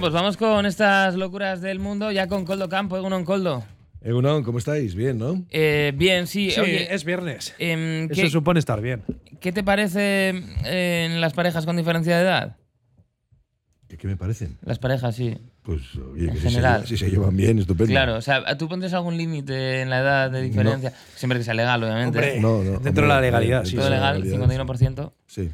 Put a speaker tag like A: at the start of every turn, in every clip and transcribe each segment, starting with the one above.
A: pues vamos con estas locuras del mundo, ya con Coldo Campo, Egunon Coldo.
B: Egunon, ¿cómo estáis? Bien, ¿no?
A: Eh, bien, sí.
C: Sí,
A: oye,
C: es viernes.
A: em,
C: Se
A: ¿qué,
C: supone estar bien.
A: qué te parece eh, en las parejas con diferencia de edad?
B: ¿Qué, qué me parecen?
A: Las parejas, sí.
B: Pues, oye,
A: En
B: que si se,
A: general.
B: lle- si se llevan bien, estupendo.
A: Claro, o sea, ¿tú pondrías algún límite en la edad de diferencia? Siempre que sea legal, obviamente.
C: Hombre,
B: No, no,
C: dentro
B: hombre,
C: de la legalidad,
B: dentro
C: sí.
A: Todo
B: de la
A: legal,
B: legalidad,
A: 51%.
B: Sí.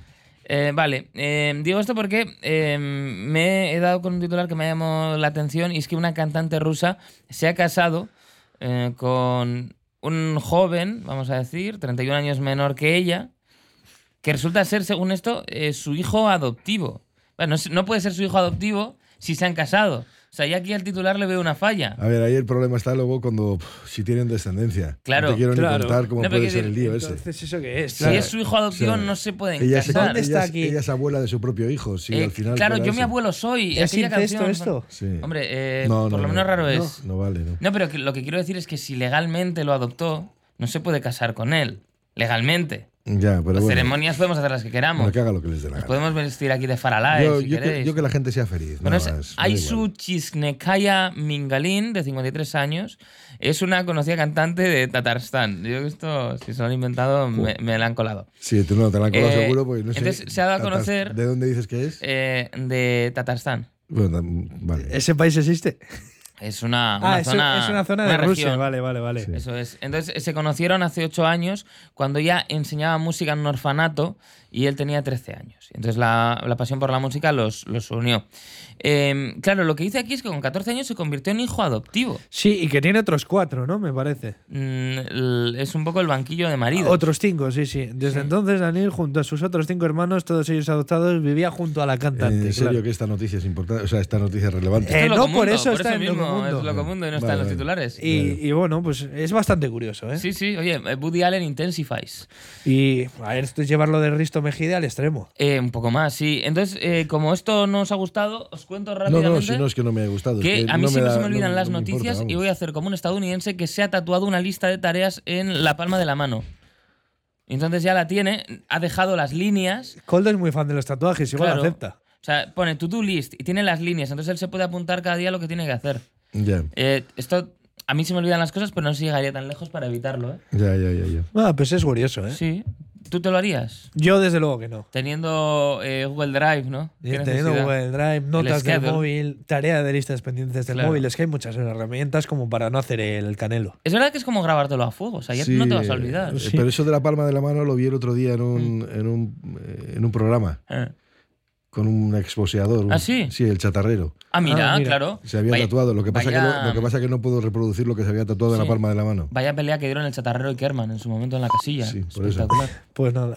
A: Eh, vale, eh, digo esto porque eh, me he dado con un titular que me ha llamado la atención y es que una cantante rusa se ha casado eh, con un joven, vamos a decir, 31 años menor que ella, que resulta ser, según esto, eh, su hijo adoptivo. Bueno, no, es- no puede ser su hijo adoptivo si se han casado. O sea, ya aquí al titular le veo una falla.
B: A ver, ahí el problema está luego cuando pf, si tienen descendencia.
A: Claro,
B: No te quiero
C: claro.
B: ni contar cómo
A: No, pero
B: puede
A: quiero
B: ser el
A: decir,
B: lío ese.
C: Entonces, ¿eso qué es?
A: Si
C: Claro.
A: es su hijo adoptivo,
B: Sí.
A: no se pueden
B: Ella, se-
A: casar.
B: ella
D: está
B: es-
D: aquí?
B: ella es abuela de su propio hijo, sí,
A: Eh,
B: al final.
A: claro,
B: fuera
A: yo mi
B: eso.
A: abuelo soy.
D: ¿Es
A: aquella
D: incesto
A: canción-
D: esto?
B: Sí.
A: Hombre, eh,
B: No,
A: por
B: no,
A: lo
B: no.
A: menos raro
B: No,
A: es.
B: No vale, ¿no?
A: No, pero que- lo que quiero decir es que si legalmente lo adoptó, no se puede casar con él. Legalmente.
B: Ya, pero
A: las
B: bueno.
A: ceremonias podemos hacer las que queramos.
B: Bueno, que haga lo que les dé la
A: Nos
B: gana.
A: podemos vestir aquí de faralaes,
B: Yo,
A: si
B: yo que,
A: queréis.
B: yo que la gente sea feliz.
A: Bueno,
B: nada
A: es
B: más, me da
A: Aisu
B: igual.
A: Chisnekaya Mingalin, de 53 años, es una conocida cantante de Tatarstán. Yo esto, si se lo han inventado, me, me la han colado.
B: Sí, tú no te la han colado
A: Eh,
B: seguro porque no sé.
A: entonces se ha dado a
B: Tatas-
A: conocer-
B: ¿De dónde dices que es?
A: Eh, de Tatarstán.
B: Bueno, tam- vale.
C: ¿Ese país existe?
A: Es una, una
C: ah, es,
A: zona,
C: es una zona de
A: una
C: Rusia.
A: región.
C: Vale, vale, vale.
A: Eso es. Entonces eh, se conocieron hace ocho años cuando ella enseñaba música en un orfanato y él tenía 13 años. Entonces la, la pasión por la música los, los unió. Eh, claro, lo que dice aquí es que con 14 años se convirtió en hijo adoptivo.
C: Sí, y que tiene otros cuatro, ¿no? Me parece.
A: Mm, el- es un poco el banquillo de marido.
C: Otros cinco, sí, sí. Desde entonces, Daniel, junto a sus otros cinco hermanos, todos ellos adoptados, vivía junto a la cantante.
B: Eh, en serio
C: claro.
B: que esta noticia es importante, o sea, esta noticia es relevante.
C: Eh,
A: es
C: no, por eso está en
A: mismo,
C: Locomundo.
A: Es Locomundo y no está
B: Vale,
A: en los
B: vale.
A: titulares.
C: Y, y bueno, pues es bastante curioso, ¿eh?
A: Sí, sí, oye, eh, Woody Allen intensifies.
C: Y a ver, esto es llevarlo de Risto Mejide al extremo.
A: Eh, un poco más, sí. Entonces, eh, como esto no os ha gustado, os cuento
B: no,
A: rápidamente.
B: no, si no es que no me ha gustado. es
A: que
B: que
A: a mí
B: no
A: siempre
B: da-
A: se me olvidan
B: no-
A: las
B: no me importa,
A: noticias y
B: vamos.
A: voy a hacer como un estadounidense que se ha tatuado una lista de tareas en la palma de la mano. Y Entonces ya la tiene, ha dejado las líneas.
C: Coldo es muy fan de los tatuajes, igual
A: Claro.
C: acepta.
A: O sea, pone to-do list y tiene las líneas. Entonces él se puede apuntar cada día lo que tiene que hacer.
B: Ya,
A: Eh, esto, a mí se me olvidan las cosas, pero no se llegaría tan lejos para evitarlo, ¿eh?
B: ya, ya, ya. ya.
C: Ah, pues es curioso, ¿eh?
A: Sí. ¿Tú te lo harías?
C: Yo desde luego que no.
A: Teniendo eh, Google Drive, ¿no? ¿Qué
C: Teniendo
A: necesidad?
C: Google Drive, notas del
A: schedule.
C: móvil, tarea de listas pendientes del
A: Claro.
C: móvil. Es que hay muchas herramientas como para no hacer el canelo.
A: Es verdad que es como grabártelo a fuego. O sea, ya
B: Sí,
A: no te vas a olvidar. Mm.
B: eh, Pero eso de la palma de la mano lo vi el otro día en un, en un, eh, en un programa
A: Eh.
B: con un exboxeador. un-
A: ¿Ah, sí?
B: Sí, el chatarrero.
A: Ah, mira,
C: Ah, mira.
A: claro.
B: Se había
A: Vaya-
B: tatuado. Lo que, pasa
A: vaya-
B: que no, lo que pasa que no puedo reproducir lo que se había tatuado en
A: Sí.
B: la palma de la mano.
A: Vaya pelea que dieron el chatarrero y Kerman en su momento en la casilla.
B: Sí, por eso.
A: Espectacular.
C: Pues nada.